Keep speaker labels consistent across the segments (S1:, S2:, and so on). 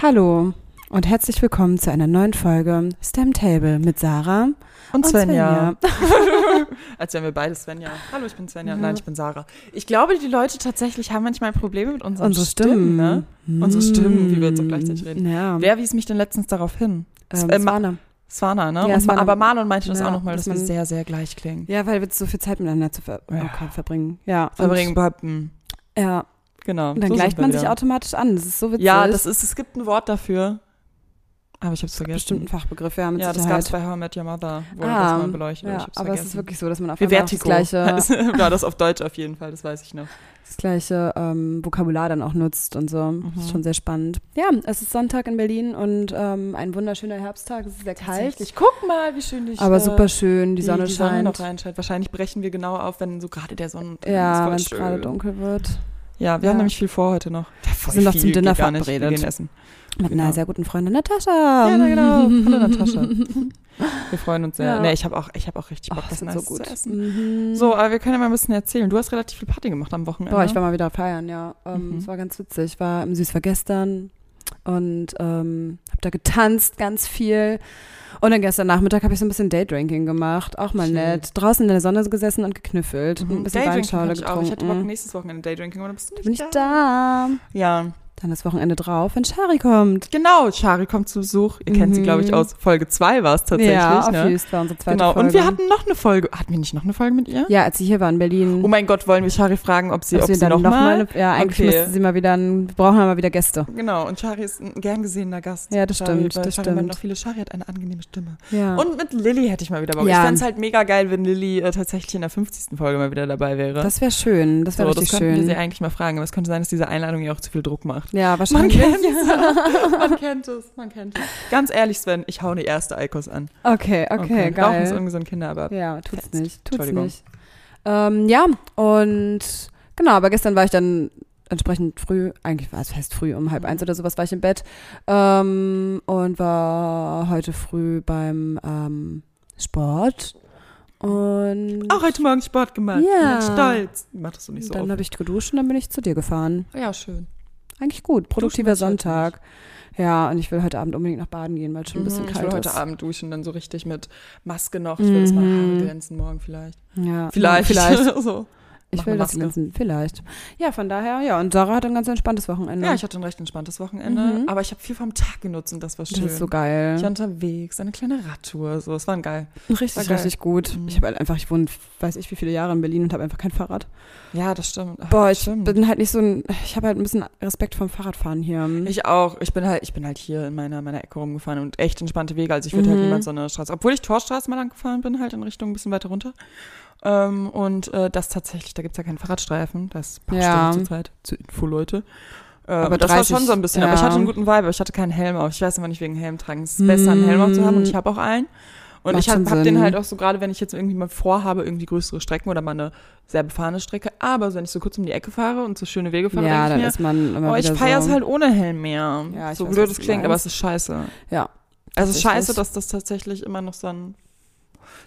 S1: Hallo und herzlich willkommen zu einer neuen Folge STEM Table mit Sarah.
S2: Und
S1: Und
S2: Svenja. Als wären wir beide Svenja. Hallo, ich bin Svenja. Nein, ich bin Sarah. Ich glaube, die Leute tatsächlich haben manchmal Probleme mit unseren
S1: Unsere Stimmen,
S2: ne? Unsere Stimmen, wie wir jetzt auch gleichzeitig reden.
S1: Mm. Ja,
S2: Wer wies mich denn letztens darauf hin?
S1: ähm,
S2: äh,
S1: es
S2: Ma-
S1: war eine-
S2: Svana, ne?
S1: Ja,
S2: Und,
S1: Svana.
S2: Aber Marlon meinte das
S1: Ja,
S2: auch nochmal, dass,
S1: dass
S2: wir
S1: man-
S2: sehr, sehr gleich klingen.
S1: ja, weil wir so viel Zeit miteinander zu ver
S2: Ja.
S1: okay, verbringen. Ja, und-
S2: Verbringen, behaupten.
S1: Ja,
S2: Genau.
S1: und dann
S2: so
S1: gleicht
S2: sind wir
S1: man
S2: wieder.
S1: sich automatisch an. Das ist so witzig.
S2: Ja, das ist, es gibt ein Wort dafür. Aber ich hab's vergessen.
S1: bestimmt ein Fachbegriff. Ja, mit
S2: ja, das
S1: Sicherheit.
S2: gab's bei How I Met Your Mother, wurde
S1: Ah,
S2: das mal beleuchtet.
S1: Ja,
S2: ich hab's
S1: aber
S2: vergessen.
S1: es ist wirklich so, dass man auf
S2: Wie
S1: einmal auf das
S2: Vertigo.
S1: gleiche,
S2: War das auf Deutsch auf jeden Fall, das weiß ich noch.
S1: das gleiche ähm, Vokabular dann auch nutzt und so.
S2: Mhm.
S1: Das ist schon sehr spannend. Ja, es ist Sonntag in Berlin und ähm, ein wunderschöner Herbsttag. Es ist sehr kalt.
S2: Tatsächlich. Guck mal, wie schön die
S1: Aber
S2: äh,
S1: super schön, die,
S2: die
S1: Sonne
S2: die Sonne
S1: scheint.
S2: noch reinscheint. Wahrscheinlich brechen wir genau auf, wenn so gerade der Sonnen ist
S1: ja,
S2: voll
S1: wenn es gerade
S2: schön.
S1: dunkel wird.
S2: Ja, wir
S1: Ja.
S2: haben nämlich viel vor heute noch. Voll
S1: sind noch zum
S2: viel
S1: Dinner
S2: geht gar nicht.
S1: verabredet.
S2: Wir gehen essen.
S1: Mit
S2: Genau.
S1: einer sehr guten Freundin Natascha. Mhm.
S2: Ja, na genau. Hallo Natascha. Wir freuen uns sehr.
S1: Ja.
S2: Nee, ich habe auch, ich hab auch richtig Bock,
S1: Ach,
S2: was
S1: das ist
S2: Neues
S1: so gut.
S2: zu essen.
S1: Mhm.
S2: So, aber wir können ja mal ein bisschen erzählen. Du hast relativ viel Party gemacht am Wochenende.
S1: Boah, ich war mal wieder feiern, ja. Ähm,
S2: Mhm.
S1: Es war ganz witzig. Ich war im Süß war gestern und ähm, habe da getanzt ganz viel. Und dann gestern Nachmittag habe ich so ein bisschen Daydrinking gemacht. Auch mal
S2: Schön.
S1: nett. Draußen in der Sonne gesessen und geknüffelt. Und ein
S2: Mhm.
S1: bisschen
S2: Daydrinking
S1: Weinschale
S2: hatte ich auch. Ich hätte Bock,
S1: getrunken.
S2: nächstes Wochenende Daydrinking, aber dann bist du nicht
S1: Bin ich
S2: da.
S1: da.
S2: Ja,
S1: Dann das Wochenende drauf, wenn Shari kommt.
S2: genau. Shari kommt zu Besuch. Ihr kennt sie,
S1: Mhm.
S2: glaube ich, aus Folge 2 war es tatsächlich.
S1: ja,
S2: ne?
S1: auf Jüst war unsere zweite
S2: Genau,
S1: Folge.
S2: und wir hatten noch eine Folge. Hatten wir nicht noch eine Folge mit ihr?
S1: Ja, als sie hier war in Berlin.
S2: Oh mein Gott, wollen wir Shari fragen, ob Ne? sie,
S1: Ob
S2: ob sie, noch
S1: noch
S2: mal?
S1: eine- ja, eigentlich
S2: Okay.
S1: müsste sie mal wieder, ein, wir brauchen ja mal wieder Gäste.
S2: Genau, und Shari ist ein gern gesehener Gast.
S1: Ja, das
S2: Shari,
S1: stimmt,
S2: weil
S1: das
S2: Shari meint
S1: stimmt.
S2: Noch viele Shari hat eine angenehme Stimme.
S1: Ja.
S2: Und mit Lilly hätte ich mal wieder Bock.
S1: Ja.
S2: Ich fände es halt mega geil, wenn Lilly äh, tatsächlich in der 50. Folge mal wieder dabei wäre.
S1: das wäre schön, das
S2: so,
S1: wäre
S2: das
S1: richtig
S2: könnten wir sie
S1: schön.
S2: eigentlich mal fragen, aber es könnte sein, dass diese Einladung ihr auch zu viel Druck macht.
S1: Ja,
S2: Man
S1: wahrscheinlich.
S2: kennt es, man kennt es, man kennt es. Ganz ehrlich, Sven, ich hau eine erste Eikos an.
S1: Okay, okay,
S2: Rauchen ist
S1: geil.
S2: ungesund, Kinder, aber
S1: Ja, tut's
S2: Fetzt.
S1: nicht, tut's
S2: Entschuldigung.
S1: nicht. Ähm, ja, und genau, aber gestern war ich dann entsprechend früh, eigentlich war es heißt früh, um halb
S2: Mhm.
S1: eins oder sowas war ich im Bett ähm, und war heute früh beim ähm, Sport und
S2: auch heute Morgen Sport gemacht.
S1: Ja.
S2: Bin stolz. Mach das so nicht so
S1: dann
S2: oft.
S1: habe ich geduscht und dann bin ich zu dir gefahren.
S2: Ja, schön.
S1: Eigentlich gut. Produktiver
S2: wird's heute
S1: Sonntag. Ja, und ich will heute Abend unbedingt nach Baden gehen, weil es schon ein bisschen
S2: Mhm,
S1: kalt
S2: ich will
S1: ist.
S2: heute Abend duschen, dann so richtig mit Maske noch. Ich will das mal
S1: Mhm.
S2: Haare glänzen morgen vielleicht.
S1: Ja.
S2: Vielleicht.
S1: Vielleicht.
S2: so.
S1: Ich
S2: Mach
S1: will
S2: eine
S1: das
S2: Maske.
S1: glänzen. Vielleicht. Ja, von daher, ja. Und Sarah hat ein ganz entspanntes Wochenende.
S2: Ja, ich hatte ein recht entspanntes Wochenende,
S1: Genau. Mhm.
S2: aber ich habe viel vom Tag genutzt und das war
S1: das
S2: schön.
S1: ist so geil.
S2: ich war unterwegs, eine kleine Radtour, so, es war geil. war
S1: richtig,
S2: geil.
S1: richtig gut.
S2: Mhm.
S1: Ich habe halt einfach, ich wohne, weiß ich, wie viele Jahre in Berlin und habe einfach kein Fahrrad.
S2: Ja, das stimmt. Ach,
S1: Boah,
S2: das
S1: ich
S2: stimmt.
S1: bin halt nicht so ein, ich habe halt ein bisschen Respekt vom Fahrradfahren hier.
S2: ich auch. Ich bin halt, ich bin halt hier in meiner, meiner Ecke rumgefahren und echt entspannte Wege. Also ich würde halt
S1: Mhm.
S2: niemals so eine Straße, obwohl ich Torstraße mal lang gefahren bin, halt in Richtung ein bisschen weiter runter. Ähm, und äh, das tatsächlich, da gibt's ja keinen Fahrradstreifen. Das ist Baustelle
S1: Ja.
S2: zurzeit. Zu Info, Leute. Äh,
S1: Aber
S2: aber das war
S1: 30,
S2: schon so ein bisschen,
S1: ja.
S2: aber ich hatte einen guten Vibe, aber ich hatte keinen Helm auf. Ich weiß immer nicht wegen Helm tragen. Es ist besser, einen Helm
S1: Mm.
S2: aufzuhaben und ich habe auch einen. Und
S1: Macht
S2: ich habe
S1: schon
S2: hab
S1: Sinn.
S2: den halt auch so, gerade wenn ich jetzt irgendwie mal vorhabe, irgendwie größere Strecken oder mal eine sehr befahrene Strecke, aber so, wenn ich so kurz um die Ecke fahre und so schöne Wege fahre,
S1: ja,
S2: denke
S1: dann
S2: ich mir,
S1: ist man immer
S2: Oh, ich
S1: wieder
S2: feiere es
S1: so.
S2: halt ohne Helm mehr.
S1: Ja, ich
S2: so
S1: weiß,
S2: blöd
S1: was
S2: es
S1: du
S2: klingt, aber es
S1: meinst.
S2: ist scheiße. Also
S1: Ja,
S2: Es ist
S1: tatsächlich.
S2: scheiße, dass das tatsächlich immer noch so ein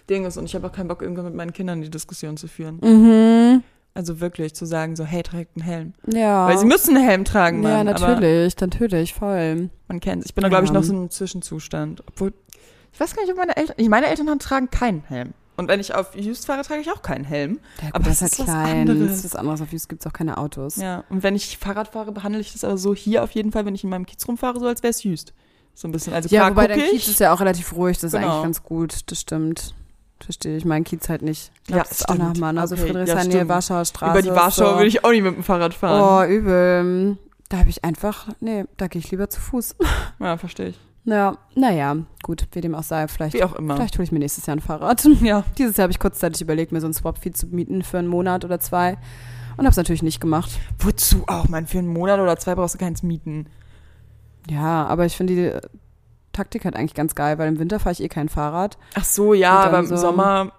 S2: Ding ist. Und ich habe auch keinen Bock, irgendwann mit meinen Kindern die Diskussion zu führen.
S1: Mhm.
S2: Also wirklich zu sagen, so, hey, trägt einen Helm.
S1: Ja.
S2: Weil sie müssen einen Helm tragen,
S1: ja,
S2: Mann. Aber
S1: natürlich, natürlich, voll.
S2: man kennt Ich bin da, glaube ich,
S1: Ja.
S2: noch so in einem Zwischenzustand. Obwohl, ich weiß gar nicht, ob meine Eltern, ich- meine Eltern haben- tragen keinen Helm. Und wenn ich auf Used fahre, trage ich auch keinen Helm.
S1: Ja, gut,
S2: Aber
S1: aber das
S2: es
S1: ist
S2: ist was
S1: halt klein. Das
S2: anderes.
S1: ist was anderes. Auf Jus gibt es auch keine Autos.
S2: Ja. Und wenn ich Fahrrad fahre, behandle ich das aber so hier auf jeden Fall, wenn ich in meinem Kiez rumfahre, so als wäre es Used. So ein bisschen. Also
S1: Ja,
S2: klar,
S1: wobei
S2: guck
S1: dein
S2: ich.
S1: Kiez ist ja auch relativ ruhig, das ist
S2: Genau.
S1: eigentlich ganz gut, das stimmt. Verstehe ich, mein Kiez halt nicht. Ich glaub,
S2: Ja,
S1: das ist auch
S2: stimmt.
S1: nach Mann. Also
S2: Okay, ja,
S1: Friedrichshain, Nähe
S2: stimmt.
S1: Warschauer Straße.
S2: Über die Warschau
S1: so.
S2: würde ich auch nicht mit dem Fahrrad fahren.
S1: Oh, übel. Da habe ich einfach, nee, da gehe ich lieber zu Fuß.
S2: Ja, verstehe ich.
S1: Ja, naja, gut, wie dem auch sei, vielleicht,
S2: Wie auch immer.
S1: vielleicht hole ich mir nächstes Jahr ein Fahrrad.
S2: Ja.
S1: Dieses Jahr habe ich kurzzeitig überlegt, mir so ein Swapfeed zu mieten für einen Monat oder zwei und habe es natürlich nicht gemacht.
S2: Wozu auch, Mann? Für einen Monat oder zwei brauchst du keins mieten.
S1: Ja, aber ich finde die äh, Taktik halt eigentlich ganz geil, weil im Winter fahre ich eh kein Fahrrad.
S2: Ach so, ja,
S1: Und dann
S2: aber im
S1: so-
S2: Sommer.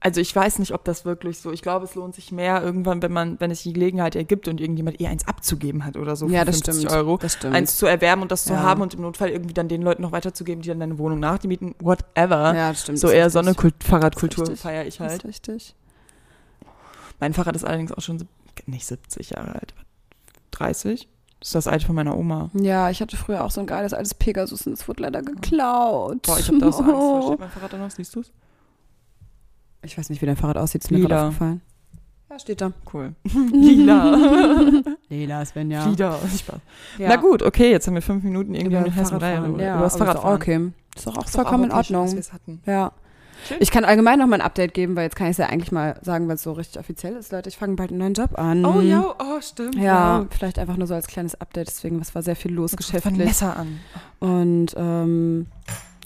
S2: Also ich weiß nicht, ob das wirklich so. Ich glaube, es lohnt sich mehr irgendwann, wenn man, wenn es die Gelegenheit ergibt und irgendjemand eh eins abzugeben hat oder so
S1: ja,
S2: für
S1: das
S2: 50
S1: stimmt.
S2: Euro.
S1: Das stimmt.
S2: Eins zu erwerben und das zu
S1: Ja.
S2: haben und im Notfall irgendwie dann den Leuten noch weiterzugeben, die dann deine Wohnung nachmieten, whatever.
S1: ja, das stimmt.
S2: so
S1: das ist
S2: eher
S1: richtig.
S2: so eine Kult Fahrradkultur
S1: richtig.
S2: feiere ich
S1: Das
S2: halt.
S1: ist richtig.
S2: Mein Fahrrad ist allerdings auch schon sieb- nicht 70 Jahre alt, 30. Das ist das alte von meiner Oma.
S1: Ja, ich hatte früher auch so ein geiles altes Pegasus und es wurde leider geklaut.
S2: Boah, ich hab da auch so Angst. Da
S1: Oh.
S2: steht mein Fahrrad da noch, siehst du's?
S1: Ich weiß nicht, wie dein Fahrrad aussieht, ist mir gerade
S2: Lila.
S1: aufgefallen. Ja, steht da.
S2: Cool. Lila.
S1: Lila, Sven, ja.
S2: Lila. Spaß. Na gut, okay, jetzt haben wir fünf Minuten irgendwie
S1: über
S2: in Hessen Fahrradfahren. Oder,
S1: Ja,
S2: über das
S1: aber ist auch
S2: Fahrradfahren.
S1: Okay. Ist doch auch
S2: Ist doch
S1: vollkommen
S2: auch okay,
S1: in
S2: schön, dass
S1: Ordnung.
S2: wir's hatten.
S1: Ja.
S2: Schön.
S1: Ich kann allgemein noch mal ein Update geben, weil jetzt kann ich es ja eigentlich mal sagen, weil es so richtig offiziell ist. Leute, ich fange bald einen neuen Job an.
S2: Oh ja, oh stimmt.
S1: Mhm. Ja,
S2: wow.
S1: vielleicht einfach nur so als kleines Update, deswegen, es war sehr viel los
S2: Von
S1: geschäftlich.
S2: Messer an.
S1: Und ähm,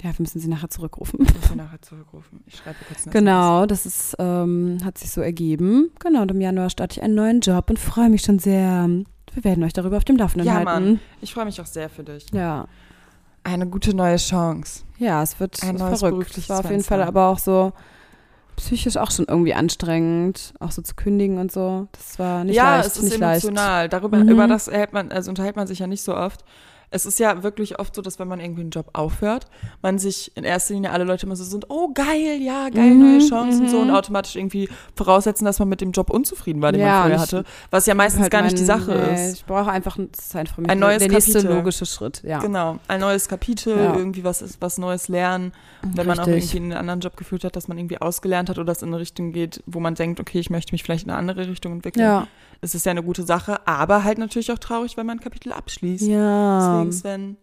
S1: ja, wir müssen sie nachher zurückrufen.
S2: Ich muss mir nachher zurückrufen. Ich schreibe kurz eine
S1: Genau, das ist, ähm, hat sich so ergeben. Genau, und im Januar starte ich einen neuen Job und freue mich schon sehr. Wir werden euch darüber auf dem Laufenden
S2: Ja,
S1: halten.
S2: Mann. SMS. Ich freue mich auch sehr für dich.
S1: Ja.
S2: Eine gute neue Chance.
S1: Ja, es wird
S2: Ein
S1: es
S2: neues
S1: verrückt.
S2: berufliches
S1: Es war auf jeden
S2: Fenster.
S1: Fall aber auch so psychisch auch schon irgendwie anstrengend, auch so zu kündigen und so. Das war nicht
S2: ja,
S1: leicht.
S2: es ist
S1: nicht
S2: emotional. Darüber
S1: Mhm.
S2: über das erhält man, also unterhält man sich ja nicht so oft. Es ist ja wirklich oft so, dass wenn man irgendwie einen Job aufhört, man sich in erster Linie alle Leute immer so sind, oh geil, ja, geil,
S1: Mhm,
S2: neue Chancen und so und
S1: mhm.
S2: automatisch irgendwie voraussetzen, dass man mit dem Job unzufrieden war, den
S1: Ja,
S2: man vorher
S1: und
S2: hatte, was ja meistens
S1: Leicht. Halt
S2: gar nicht die
S1: mein-
S2: Sache
S1: nee,
S2: ist.
S1: Ich brauche einfach ein, das ist einfach für mich
S2: Ein
S1: der-
S2: neues
S1: der nächste
S2: Kapitel.
S1: logische Schritt. Ja.
S2: Genau, ein neues Kapitel,
S1: Ja.
S2: irgendwie was ist, was Neues lernen. Wenn man auch
S1: Richtig.
S2: irgendwie in einen anderen Job gefühlt hat, dass man irgendwie ausgelernt hat oder es in eine Richtung geht, wo man denkt, okay, ich möchte mich vielleicht in eine andere Richtung entwickeln.
S1: ja.
S2: Es ist ja eine gute Sache, aber halt natürlich auch traurig, wenn man ein Kapitel abschließt.
S1: Ja.
S2: Deswegen, Sven,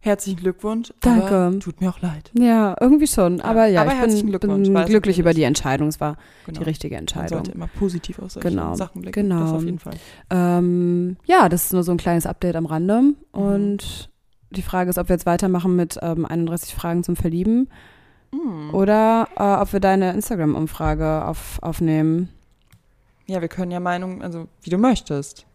S2: herzlichen Glückwunsch. Aber
S1: Danke.
S2: tut mir auch leid.
S1: Ja, irgendwie schon. Aber ja,
S2: aber
S1: ich
S2: herzlichen
S1: bin,
S2: Glückwunsch,
S1: bin
S2: weil es
S1: glücklich
S2: natürlich-
S1: über die Entscheidung. Es war
S2: Genau.
S1: die richtige
S2: Man
S1: Entscheidung.
S2: sollte immer positiv auf solche
S1: Genau.
S2: Sachen blicken.
S1: Genau.
S2: Das auf jeden Fall.
S1: Ähm, ja, das ist nur so ein kleines Update am
S2: Mhm.
S1: Rande. Und die Frage ist, ob wir jetzt weitermachen mit ähm, 31 Fragen zum Verlieben.
S2: Mm.
S1: Oder äh, ob wir deine Instagram-Umfrage auf, aufnehmen.
S2: Ja, wir können ja Meinungen, also wie du möchtest.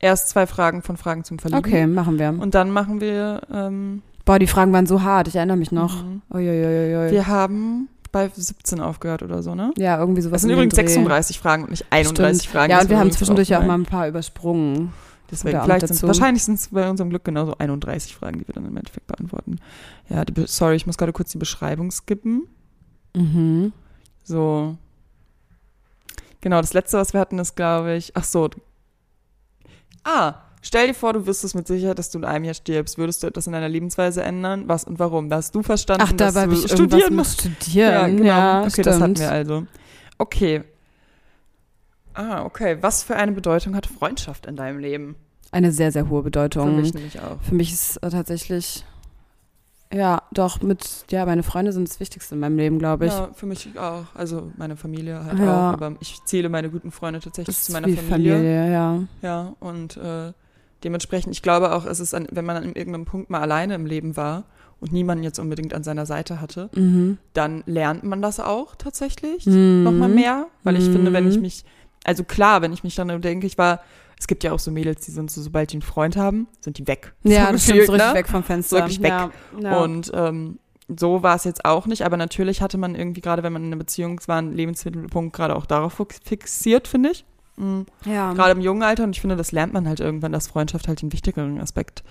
S2: Erst zwei Fragen von Fragen zum Verlieben.
S1: Okay, machen wir.
S2: Mhm. Und dann machen wir. Ähm,
S1: Boah, die Fragen waren so hart, ich erinnere mich noch.
S2: mhm.
S1: Uiuiuiui.
S2: Wir haben bei 17 aufgehört oder so, ne?
S1: ja, irgendwie sowas.
S2: Das sind
S1: in dem
S2: übrigens
S1: Dreh.
S2: 36 Fragen und nicht 31
S1: Stimmt.
S2: Fragen.
S1: Ja,
S2: das
S1: und wir
S2: war
S1: haben
S2: übrigens
S1: zwischendurch ja auch mal
S2: aufgefallen.
S1: ein paar übersprungen.
S2: Deswegen,
S1: oder auch
S2: vielleicht
S1: dazu.
S2: sind's, wahrscheinlich sind es bei unserem Glück genauso 31 Fragen, die wir dann im Endeffekt beantworten. Ja, die, Be- sorry, ich muss gerade kurz die Beschreibung skippen.
S1: Mhm.
S2: So. Genau, das letzte, was wir hatten, ist, glaube ich. Ach so. Ah, stell dir vor, du wüsstest mit Sicherheit, dass du in einem Jahr stirbst. Würdest du etwas in deiner Lebensweise ändern? Was und warum? Da hast du verstanden,
S1: Ach, da
S2: dass
S1: war
S2: du
S1: ich
S2: studieren
S1: muss.
S2: musst.
S1: Studieren, ja,
S2: genau. okay,
S1: stimmt.
S2: das hatten wir also. Okay. Ah, okay. Was für eine Bedeutung hat Freundschaft in deinem Leben?
S1: Eine sehr, sehr hohe Bedeutung.
S2: Für mich nämlich auch.
S1: Für mich ist äh, tatsächlich, ja, doch mit, ja, meine Freunde sind das Wichtigste in meinem Leben, glaube ich.
S2: Ja, für mich auch. Also meine Familie halt
S1: Ja.
S2: auch. Aber ich zähle meine guten Freunde tatsächlich
S1: Das
S2: zu
S1: ist
S2: meiner
S1: wie
S2: Familie.
S1: ja.
S2: Ja, und äh, dementsprechend, ich glaube auch, es ist, an, wenn man an irgendeinem Punkt mal alleine im Leben war und niemanden jetzt unbedingt an seiner Seite hatte,
S1: Mhm.
S2: dann lernt man das auch tatsächlich
S1: Mhm.
S2: nochmal mehr. Weil ich finde, wenn ich
S1: Mhm.
S2: mich, also klar, wenn ich mich dann denke, ich war, es gibt ja auch so Mädels, die sind so, sobald die einen Freund haben, sind die weg.
S1: Ja,
S2: so
S1: das stimmt, so
S2: gefühlt,
S1: richtig
S2: ne?
S1: weg vom Fenster.
S2: Wirklich weg.
S1: Ja, ja.
S2: Und ähm, so war es jetzt auch nicht, aber natürlich hatte man irgendwie gerade, wenn man in einer Beziehung war, einen Lebensmittelpunkt gerade auch darauf fix- fixiert, finde ich. Mhm.
S1: ja.
S2: Gerade im jungen Alter und ich finde, das lernt man halt irgendwann, dass Freundschaft halt den wichtigeren Aspekt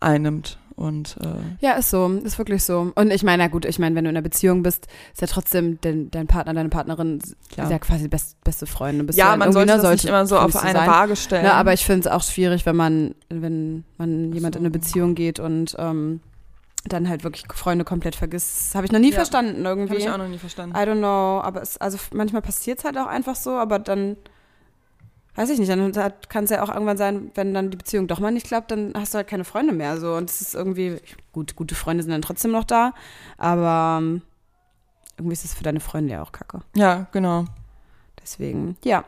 S2: einnimmt. Und äh,
S1: ja, ist so, ist wirklich so. Und ich meine, na gut, ich meine, wenn du in einer Beziehung bist, ist ja trotzdem dein, dein Partner, deine Partnerin
S2: Klar.
S1: ist ja quasi best, beste Freundin. Bist ja
S2: ja, man
S1: irgendwie,
S2: sollte
S1: ne,
S2: das nicht immer so auf
S1: findest du
S2: eine
S1: sein.
S2: Waage stellen.
S1: Ne, aber ich finde es auch schwierig, wenn man, wenn man
S2: Ach
S1: jemand
S2: so.
S1: in eine Beziehung geht und ähm, dann halt wirklich Freunde komplett vergisst. Das habe ich noch nie
S2: Ja.
S1: verstanden
S2: habe
S1: irgendwie.
S2: ich auch noch nie verstanden.
S1: I don't know, aber es, also f- manchmal passiert es halt auch einfach so, aber dann, weiß ich nicht, dann kann es ja auch irgendwann sein, wenn dann die Beziehung doch mal nicht klappt, dann hast du halt keine Freunde mehr so und es ist irgendwie, gut, gute Freunde sind dann trotzdem noch da, aber ähm, irgendwie ist es für deine Freunde ja auch kacke.
S2: Ja, genau.
S1: Deswegen, ja.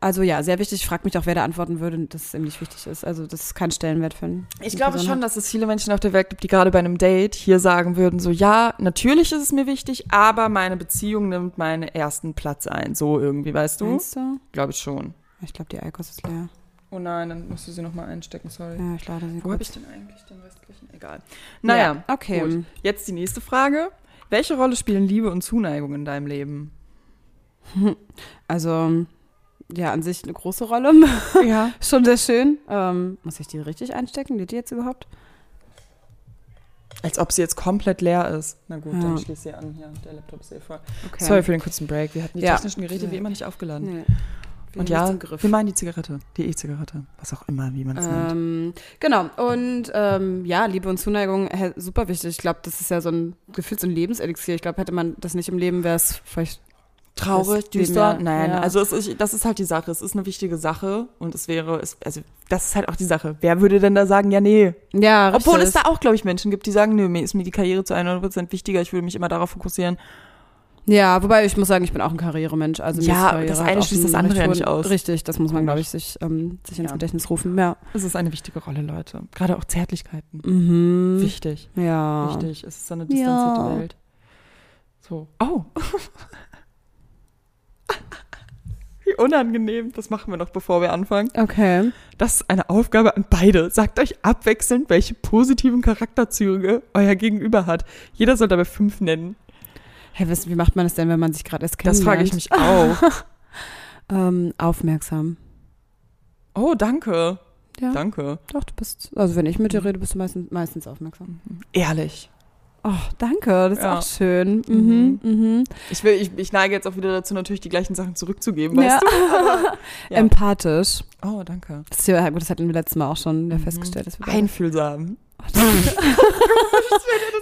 S1: Also ja, sehr wichtig. Ich frage mich auch, wer da antworten würde, dass es eben nicht wichtig ist. Also das ist kein Stellenwert für einen. ne?
S2: Ich glaube schon, dass es viele Menschen auf der Welt gibt, die gerade bei einem Date hier sagen würden, so ja, natürlich ist es mir wichtig, aber meine Beziehung nimmt meinen ersten Platz ein. So irgendwie, weißt du?
S1: Meinst du?
S2: Glaube ich schon.
S1: Ich glaube, die Eikos ist leer.
S2: Oh nein, dann musst du sie nochmal einstecken, sorry.
S1: Ja, ich lade sie
S2: Wo habe
S1: kurz.
S2: ich denn eigentlich den restlichen? Egal. Naja,
S1: Ja, okay.
S2: gut. Jetzt die nächste Frage. Welche Rolle spielen Liebe und Zuneigung in deinem Leben?
S1: Also, ja, an sich eine große Rolle.
S2: Ja.
S1: schon sehr schön. Ähm, muss ich die richtig einstecken? Geht die jetzt überhaupt?
S2: Als ob sie jetzt komplett leer ist. Na gut,
S1: Ja.
S2: dann schließe sie an. Hier, der Laptop ist eh voll.
S1: Okay.
S2: Sorry für den kurzen Break. Wir hatten die
S1: Ja.
S2: technischen Geräte wie immer nicht aufgeladen.
S1: Nee. Wir
S2: Und
S1: haben
S2: ja,
S1: nichts im Griff.
S2: wir meinen die Zigarette, die E-Zigarette, was auch immer, wie man es nennt.
S1: Ähm, genau, und ähm, ja, Liebe und Zuneigung, hä, super wichtig. Ich glaube, das ist ja so ein Gefühls- und Lebenselixier. Ich glaube, hätte man das nicht im Leben, wäre es vielleicht.
S2: Traurig,
S1: das Leben
S2: düster.
S1: ja-
S2: Nein,
S1: ja.
S2: also es ist, das ist halt die Sache. Es ist eine wichtige Sache und es wäre, es, also das ist halt auch die Sache. Wer würde denn da sagen, ja, nee?
S1: Ja, richtig.
S2: Obwohl es da auch, glaube ich, Menschen gibt, die sagen, nö, mir ist mir die Karriere zu 100% wichtiger, ich würde mich immer darauf fokussieren.
S1: Ja, wobei ich muss sagen, ich bin auch ein Karrieremensch. Also mir
S2: Ja,
S1: ist Karriere
S2: das
S1: halt
S2: eine
S1: auch
S2: schließt
S1: ein
S2: das andere ja
S1: recht
S2: nicht
S1: hohen-
S2: aus.
S1: Richtig, das muss man, glaube ich, sich, ähm, sich ins
S2: Ja.
S1: Gedächtnis rufen. Ja.
S2: Es ist eine wichtige Rolle, Leute. Gerade auch Zärtlichkeiten.
S1: Mhm.
S2: Wichtig,
S1: Ja.
S2: wichtig. Es ist so eine distanzierte
S1: Ja.
S2: Welt. So. Oh. Wie unangenehm. Das machen wir noch, bevor wir anfangen.
S1: Okay.
S2: Das ist eine Aufgabe an beide. Sagt euch abwechselnd, welche positiven Charakterzüge euer Gegenüber hat. Jeder soll dabei fünf nennen.
S1: Hey, was, wie macht man das denn, wenn man sich gerade erst
S2: Das
S1: kennenlernt?
S2: frage ich mich auch.
S1: Ähm, aufmerksam.
S2: Oh, danke.
S1: Ja.
S2: Danke.
S1: Doch, du bist, also wenn ich mit dir rede, bist du meistens, meistens aufmerksam.
S2: Ehrlich.
S1: Oh, danke, das ist
S2: Ja.
S1: auch schön. Mhm, mhm.
S2: Ich, will, ich, ich neige jetzt auch wieder dazu, natürlich die gleichen Sachen zurückzugeben, weißt Ja.
S1: Empathisch.
S2: du? Oh, danke.
S1: Das, ist ja, gut, das hatten wir letztes Mal auch schon ja,
S2: Mhm.
S1: festgestellt. Dass wir beide-
S2: Einfühlsam.
S1: Oh, danke.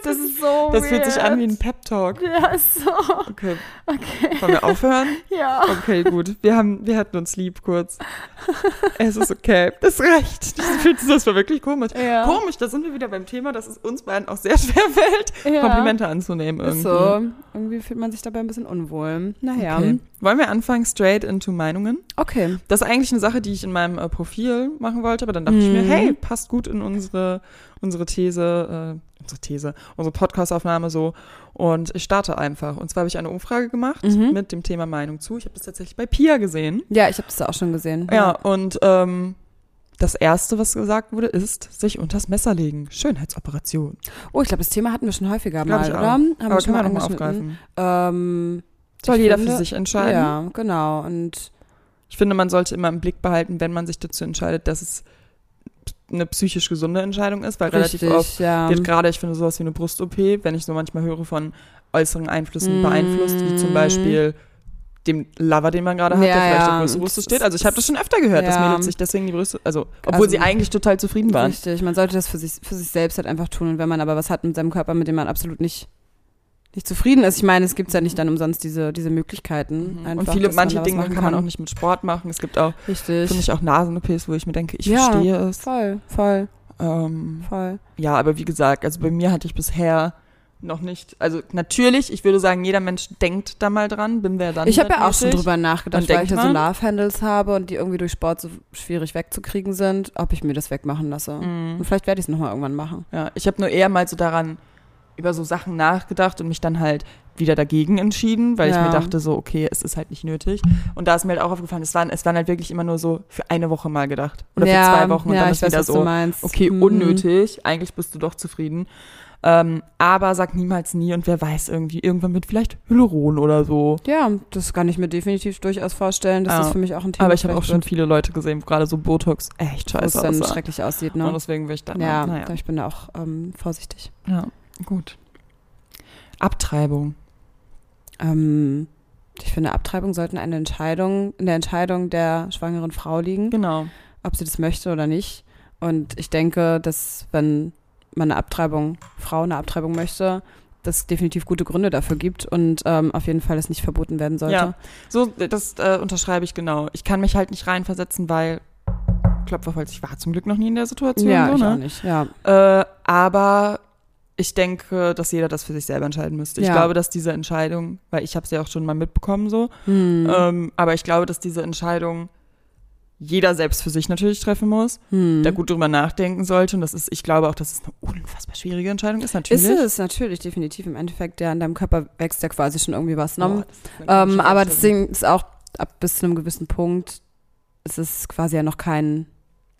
S1: das ist so
S2: Das fühlt
S1: weird.
S2: sich an wie ein Pep-Talk.
S1: Ja, ist so.
S2: Okay. Wollen wir aufhören?
S1: Ja.
S2: Okay, gut. Wir, haben, wir hatten uns lieb kurz. Es ist okay. Das reicht. Das, das war wirklich komisch.
S1: Ja.
S2: Komisch, da sind wir wieder beim Thema, dass es uns beiden auch sehr schwer fällt,
S1: ja.
S2: Komplimente anzunehmen irgendwie.
S1: Ist so. Irgendwie fühlt man sich dabei ein bisschen unwohl. Naja.
S2: Okay. Wollen wir anfangen straight into Meinungen?
S1: Okay.
S2: Das ist eigentlich eine Sache, die ich in meinem äh, Profil machen wollte, aber dann dachte ich mir,
S1: Mhm.
S2: hey, passt gut in unsere, unsere These, äh, unsere These, unsere Podcast-Aufnahme so. Und ich starte einfach. Und zwar habe ich eine Umfrage gemacht
S1: Mhm.
S2: mit dem Thema Meinung zu. Ich habe das tatsächlich bei Pia gesehen.
S1: Ja, ich habe das da auch schon gesehen.
S2: Ja, und ähm, das Erste, was gesagt wurde, ist, sich unters Messer legen. Schönheitsoperation.
S1: Oh, ich glaube, das Thema hatten wir schon häufiger
S2: Glaub
S1: mal,
S2: ich auch.
S1: oder? Haben
S2: Aber
S1: wir schon
S2: können wir
S1: mal
S2: nochmal
S1: angeschnitten.
S2: aufgreifen.
S1: Ähm,
S2: Soll
S1: ich
S2: jeder
S1: finde-
S2: für sich entscheiden.
S1: Ja, genau. Und
S2: Ich finde, man sollte immer im Blick behalten, wenn man sich dazu entscheidet, dass es eine psychisch gesunde Entscheidung ist, weil
S1: richtig,
S2: relativ oft
S1: ja.
S2: wird gerade, ich finde, sowas wie eine Brust-OP, wenn ich so manchmal höre von äußeren Einflüssen beeinflusst, wie zum
S1: Mm.
S2: Beispiel dem Lover, den man gerade hat,
S1: Ja,
S2: der vielleicht
S1: ja.
S2: auf größere Brüste steht. Also ich habe das schon öfter gehört, dass
S1: Ja.
S2: Mädels sich deswegen die Brüste, also obwohl
S1: Also-
S2: sie eigentlich total zufrieden waren.
S1: Richtig, man sollte das für sich, für sich selbst halt einfach tun. Und wenn man aber was hat mit seinem Körper, mit dem man absolut nicht, nicht zufrieden ist, ich meine, es gibt ja nicht dann umsonst diese, diese Möglichkeiten. Mhm. Einfach,
S2: Mhm. und viele,
S1: dass man
S2: manche
S1: da was
S2: Dinge
S1: machen
S2: kann man auch nicht mit Sport machen. Es gibt auch,
S1: Richtig.
S2: finde ich, auch Nasen-OPs, wo ich mir denke, ich
S1: Ja.
S2: verstehe es.
S1: voll, voll,
S2: Ähm,
S1: voll.
S2: ja, aber wie gesagt, also bei mir hatte ich bisher noch nicht, also natürlich, ich würde sagen, jeder Mensch denkt da mal dran, bin wer dann.
S1: Ich habe ja auch schon drüber nachgedacht,
S2: Und
S1: weil
S2: denkt
S1: ich ja so
S2: man-
S1: Love-Handles habe und die irgendwie durch Sport so schwierig wegzukriegen sind, ob ich mir das wegmachen lasse.
S2: Mhm.
S1: Und vielleicht werde ich es nochmal irgendwann machen.
S2: Ja, ich habe nur eher mal so daran über so Sachen nachgedacht und mich dann halt wieder dagegen entschieden, weil ich
S1: Ja.
S2: mir dachte so, okay, es ist halt nicht nötig. Und da ist mir halt auch aufgefallen, es waren, es waren halt wirklich immer nur so für eine Woche mal gedacht. Oder für zwei Wochen und
S1: ja,
S2: dann
S1: ich
S2: ist
S1: weiß,
S2: wieder
S1: was du
S2: so,
S1: meinst.
S2: okay,
S1: Mhm.
S2: unnötig, eigentlich bist du doch zufrieden. Ähm, aber sag niemals nie und wer weiß irgendwie, irgendwann mit vielleicht Hyaluron oder so.
S1: Ja, das kann ich mir definitiv durchaus vorstellen. Das
S2: Ja.
S1: ist für mich auch ein Thema.
S2: Aber ich habe auch
S1: vielleicht
S2: schon
S1: wird,
S2: viele Leute gesehen, gerade so Botox echt
S1: wo es
S2: scheiße
S1: dann
S2: aussah.
S1: schrecklich aussieht, ne?
S2: Und deswegen will ich dann,
S1: Ja,
S2: naja.
S1: ich bin da auch ähm, vorsichtig.
S2: ja, gut. Abtreibung.
S1: Ähm, ich finde, Abtreibung sollten eine Entscheidung, in der Entscheidung der schwangeren Frau liegen,
S2: Genau.
S1: ob sie das möchte oder nicht. Und ich denke, dass wenn man eine Abtreibung, Frau eine Abtreibung möchte, dass es definitiv gute Gründe dafür gibt und ähm, auf jeden Fall es nicht verboten werden sollte.
S2: Ja, so, das äh, unterschreibe ich genau. Ich kann mich halt nicht reinversetzen, weil Klopferholz, ich war zum Glück noch nie in der Situation.
S1: ja
S2: so,
S1: ich
S2: ne?
S1: auch nicht. Ja,
S2: Äh, aber ich denke, dass jeder das für sich selber entscheiden müsste. Ich
S1: Ja.
S2: glaube, dass diese Entscheidung, weil ich habe es ja auch schon mal mitbekommen so,
S1: hm.
S2: ähm, aber ich glaube, dass diese Entscheidung jeder selbst für sich natürlich treffen muss,
S1: hm.
S2: der gut drüber nachdenken sollte. Und das ist, ich glaube auch, dass es eine unfassbar schwierige Entscheidung ist, natürlich.
S1: Ist es natürlich definitiv im Endeffekt, ja, in deinem Körper wächst ja quasi schon irgendwie was. Ne?
S2: Boah, das ist eine ganz
S1: Ähm,
S2: schöne
S1: aber das
S2: Entscheidung.
S1: Ding ist auch, ab bis zu einem gewissen Punkt ist es quasi ja noch kein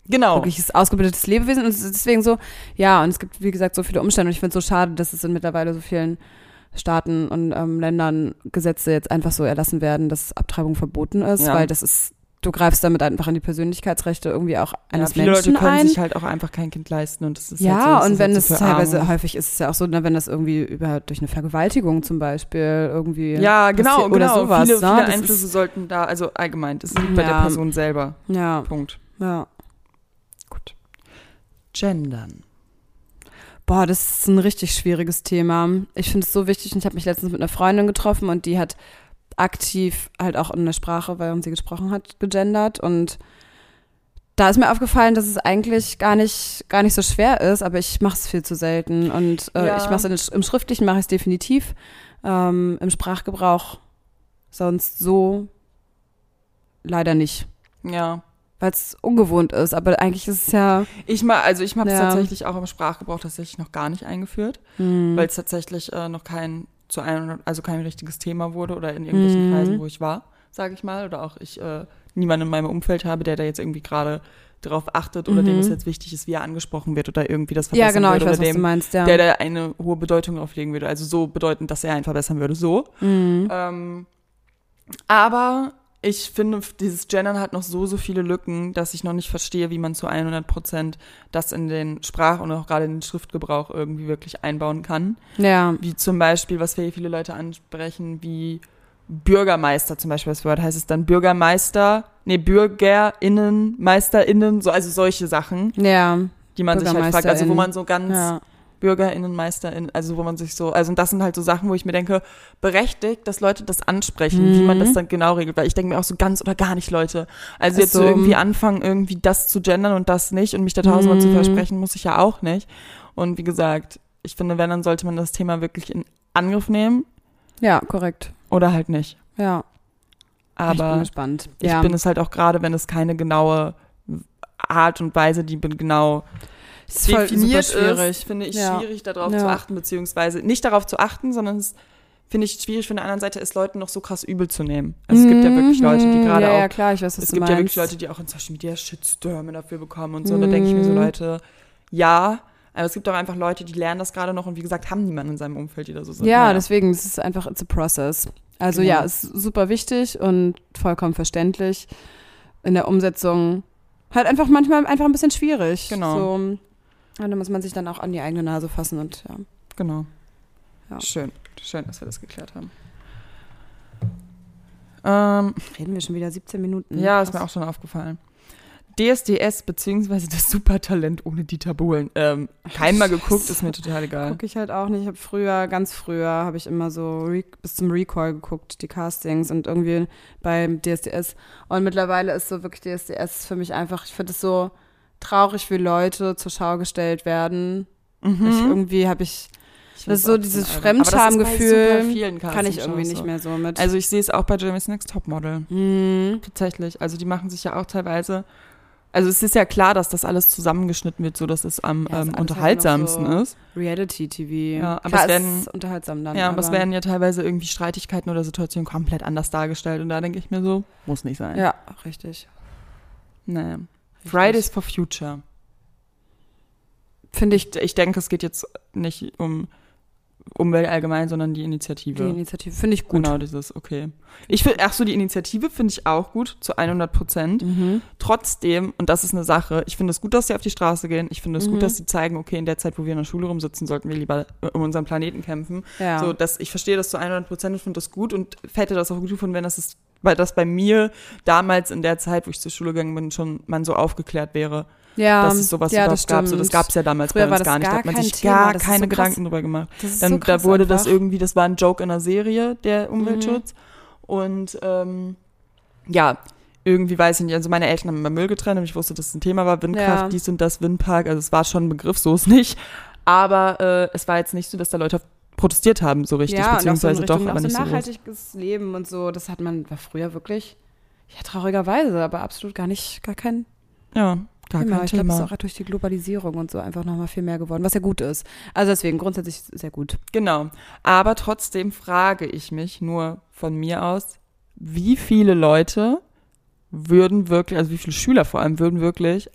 S2: Genau.
S1: wirkliches ausgebildetes Lebewesen. Und es ist deswegen so, ja, und es gibt, wie gesagt, so viele Umstände. Und ich finde es so schade, dass es in mittlerweile so vielen Staaten und ähm, Ländern Gesetze jetzt einfach so erlassen werden, dass Abtreibung verboten ist,
S2: Ja.
S1: weil das ist du greifst damit einfach in die Persönlichkeitsrechte irgendwie auch eines
S2: ja, viele
S1: Menschen
S2: Leute können
S1: ein.
S2: sich halt auch einfach kein Kind leisten und das ist
S1: ja,
S2: halt so, das
S1: und
S2: ist
S1: wenn
S2: halt
S1: es
S2: so für
S1: teilweise
S2: Arme.
S1: häufig ist es ja auch so, na, wenn das irgendwie über durch eine Vergewaltigung zum Beispiel irgendwie.
S2: ja, genau,
S1: passiert
S2: genau.
S1: oder sowas,
S2: viele,
S1: ne?
S2: viele
S1: Das
S2: Einflüsse sollten da, also allgemein, das liegt bei der
S1: Ja.
S2: Person selber.
S1: Ja,
S2: Punkt.
S1: ja.
S2: Gut. Gendern.
S1: Boah, das ist ein richtig schwieriges Thema. Ich finde es so wichtig und ich habe mich letztens mit einer Freundin getroffen und die hat aktiv halt auch in der Sprache, weil sie gesprochen hat, gegendert und da ist mir aufgefallen, dass es eigentlich gar nicht, gar nicht so schwer ist, aber ich mache es viel zu selten und äh,
S2: Ja.
S1: ich mache es im Schriftlichen mache ich es definitiv, ähm, im Sprachgebrauch sonst so leider nicht,
S2: Ja.
S1: weil es ungewohnt ist, aber eigentlich ist es ja
S2: Ich mal, also ich habe es
S1: Ja.
S2: tatsächlich auch im Sprachgebrauch tatsächlich noch gar nicht eingeführt,
S1: hm,
S2: weil es tatsächlich äh, noch kein zu einem, also kein richtiges Thema wurde oder in irgendwelchen
S1: Mhm.
S2: Kreisen, wo ich war, sage ich mal, oder auch ich äh, niemanden in meinem Umfeld habe, der da jetzt irgendwie gerade darauf achtet oder dem
S1: Mhm.
S2: es jetzt wichtig ist, wie er angesprochen wird oder irgendwie das verbessern
S1: ja genau, ich
S2: würde
S1: weiß,
S2: oder
S1: was du
S2: dem,
S1: meinst, ja.
S2: der da eine hohe Bedeutung drauflegen würde, also so bedeutend, dass er einen verbessern würde, so.
S1: Mhm.
S2: Ähm, aber ich finde, dieses Gendern hat noch so, so viele Lücken, dass ich noch nicht verstehe, wie man zu 100 Prozent das in den Sprach- und auch gerade in den Schriftgebrauch irgendwie wirklich einbauen kann.
S1: Ja,
S2: Wie zum Beispiel, was wir viele Leute ansprechen, wie Bürgermeister zum Beispiel, das Wort heißt es dann Bürgermeister, nee, BürgerInnen, MeisterInnen, so, also solche Sachen,
S1: ja,
S2: die man sich halt fragt. Also wo
S1: BürgermeisterInnen.
S2: man so ganz
S1: ja.
S2: BürgerInnen, MeisterInnen, also wo man sich so, also und das sind halt so Sachen, wo ich mir denke, berechtigt, dass Leute das ansprechen, wie man
S1: Mhm.
S2: das dann genau regelt, weil ich denke mir auch so ganz oder gar nicht, Leute. Also
S1: Ach
S2: jetzt so
S1: so.
S2: irgendwie anfangen, irgendwie das zu gendern und das nicht und mich da tausendmal zu
S1: Mhm.
S2: versprechen, muss ich ja auch nicht. Und wie gesagt, ich finde, wenn, dann sollte man das Thema wirklich in Angriff nehmen
S1: Ja, korrekt.
S2: oder halt nicht.
S1: Ja, ich bin
S2: Aber
S1: gespannt.
S2: ich
S1: ja.
S2: bin es halt auch gerade, wenn es keine genaue Art und Weise, die be- genau
S1: Es ist voll
S2: definiert
S1: super schwierig.
S2: ist, finde ich
S1: Ja.
S2: schwierig, darauf
S1: Ja.
S2: zu achten, beziehungsweise nicht darauf zu achten, sondern es finde ich schwierig von der anderen Seite, es Leuten noch so krass übel zu nehmen. Also es gibt ja wirklich Leute, die
S1: Mhm,
S2: gerade
S1: ja,
S2: auch,
S1: Ja, klar, ich weiß, was
S2: es
S1: du
S2: gibt
S1: meinst.
S2: ja wirklich Leute, die auch in Social Media Shitstürme dafür bekommen und so. Und da denke ich
S1: Mhm.
S2: mir so, Leute, ja, aber es gibt auch einfach Leute, die lernen das gerade noch und wie gesagt, haben niemanden in seinem Umfeld, die da so sind.
S1: ja,
S2: Naja.
S1: deswegen, es ist einfach, it's a process. Also
S2: Genau.
S1: ja, ist super wichtig und vollkommen verständlich. In der Umsetzung halt einfach manchmal einfach ein bisschen schwierig.
S2: Genau.
S1: So, und da muss man sich dann auch an die eigene Nase fassen und ja.
S2: Genau.
S1: Ja.
S2: Schön, schön, dass wir das geklärt haben. Ähm,
S1: Reden wir schon wieder 17 Minuten.
S2: Ja, ist
S1: Hm, Krass.
S2: mir auch schon aufgefallen. DSDS beziehungsweise das Supertalent ohne Dieter Bohlen. Ähm, keinmal geguckt, ist mir total egal.
S1: Gucke ich halt auch nicht. Ich habe früher, ganz früher, habe ich immer so re bis zum Recall geguckt, die Castings und irgendwie beim DSDS. Und mittlerweile ist so wirklich DSDS für mich einfach, ich finde es so traurig, wie Leute zur Schau gestellt werden.
S2: Mhm.
S1: Ich, irgendwie habe ich, das
S2: Ich find's
S1: ist so
S2: auch
S1: dieses
S2: zum Albern. Aber das ist bei
S1: Fremdschamgefühl,
S2: super vielen
S1: kann ich irgendwie
S2: Castingshows
S1: nicht
S2: so.
S1: mehr so mit.
S2: Also ich sehe es auch bei Jeremy's Next Topmodel.
S1: Mhm.
S2: Tatsächlich. Also die machen sich ja auch teilweise. Also es ist ja klar, dass das alles zusammengeschnitten wird, so dass es am
S1: Ja, ist alles halt
S2: ähm,
S1: noch
S2: unterhaltsamsten
S1: so-
S2: ist.
S1: Reality-TV.
S2: Ja, aber
S1: Klar,
S2: es werden-
S1: ist unterhaltsam dann.
S2: Ja, aber es
S1: aber-
S2: werden ja teilweise irgendwie Streitigkeiten oder Situationen komplett anders dargestellt. Und da denke ich mir so, muss nicht sein.
S1: Ja, richtig.
S2: Nee.
S1: richtig.
S2: Fridays for Future.
S1: finde ich
S2: ich, ich denke, es geht jetzt nicht um Umwelt allgemein, sondern die
S1: die
S2: Initiative.
S1: Initiative, finde ich gut.
S2: Genau, dieses, okay. Ich finde, ach so, die Initiative finde ich auch gut, zu 100 Prozent.
S1: Mhm.
S2: Trotzdem, und das ist eine Sache, ich finde es gut, dass sie auf die Straße gehen. Ich finde es
S1: Mhm.
S2: gut, dass sie zeigen, okay, in der Zeit, wo wir in der Schule rumsitzen, sollten wir lieber äh, um unseren Planeten kämpfen.
S1: Ja.
S2: So, dass ich verstehe das zu 100 Prozent und finde das gut und hätte das auch gut gefunden, wenn das ist, weil das bei mir damals in der Zeit, wo ich zur Schule gegangen bin, schon man so aufgeklärt wäre
S1: ja,
S2: dass es sowas
S1: Ähm, ja,
S2: überhaupt gab. So, das
S1: stimmt.
S2: gab es ja damals
S1: Früher
S2: bei
S1: war das
S2: uns gar nicht. Da
S1: gar
S2: hat man
S1: kein
S2: sich
S1: Thema.
S2: gar
S1: Das ist
S2: keine
S1: so krass.
S2: Gedanken drüber gemacht.
S1: Das ist
S2: Dann,
S1: so
S2: da
S1: krass
S2: wurde das
S1: einfach. Mhm.
S2: irgendwie, das war ein Joke in einer Serie, der Umweltschutz. Und ähm, ja, irgendwie weiß ich nicht. Also meine Eltern haben immer Müll getrennt und ich wusste, dass es ein Thema war. Windkraft,
S1: Ja.
S2: dies und das, Windpark. Also es war schon ein Begriff, so ist nicht. Aber äh, es war jetzt nicht so, dass da Leute protestiert haben, so richtig.
S1: ja,
S2: beziehungsweise
S1: und auch so in Richtung,
S2: doch, aber
S1: auch
S2: nicht
S1: so
S2: so groß.
S1: nachhaltiges Leben und so, das hat man war früher wirklich, ja traurigerweise, aber absolut gar nicht, gar kein
S2: Ja, gar
S1: Thema.
S2: kein
S1: ich glaube, es
S2: Thema.
S1: ist auch durch die Globalisierung und so einfach nochmal viel mehr geworden, was ja gut ist. Also deswegen grundsätzlich sehr gut.
S2: Genau. Aber trotzdem frage ich mich nur von mir aus, wie viele Leute würden wirklich, also wie viele Schüler vor allem würden wirklich